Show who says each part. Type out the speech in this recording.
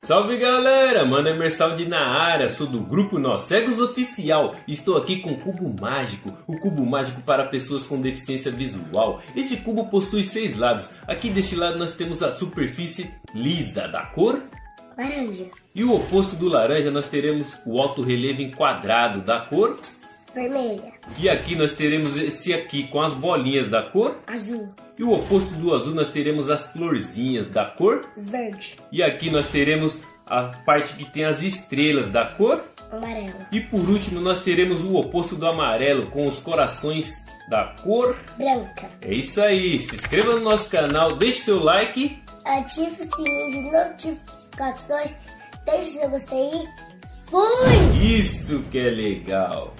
Speaker 1: Salve galera, mano é Mersaldi na área, sou do grupo Nós Cegos Oficial. Estou aqui com o cubo mágico, o cubo mágico para pessoas com deficiência visual. Este cubo possui seis lados. Aqui deste lado nós temos a superfície lisa da cor
Speaker 2: Laranja,
Speaker 1: e o oposto do laranja nós teremos o alto relevo enquadrado da cor
Speaker 2: vermelha,
Speaker 1: e aqui nós teremos esse aqui com as bolinhas da cor
Speaker 2: azul,
Speaker 1: e o oposto do azul nós teremos as florzinhas da cor
Speaker 2: verde,
Speaker 1: E aqui nós teremos a parte que tem as estrelas da cor.
Speaker 2: amarelo,
Speaker 1: E por último, nós teremos o oposto do amarelo com os corações da cor.
Speaker 2: branca.
Speaker 1: É isso aí. Se inscreva no nosso canal, deixe seu like.
Speaker 2: Ative o sininho de notificações, deixe seu gostei e fui!
Speaker 1: Isso que é legal.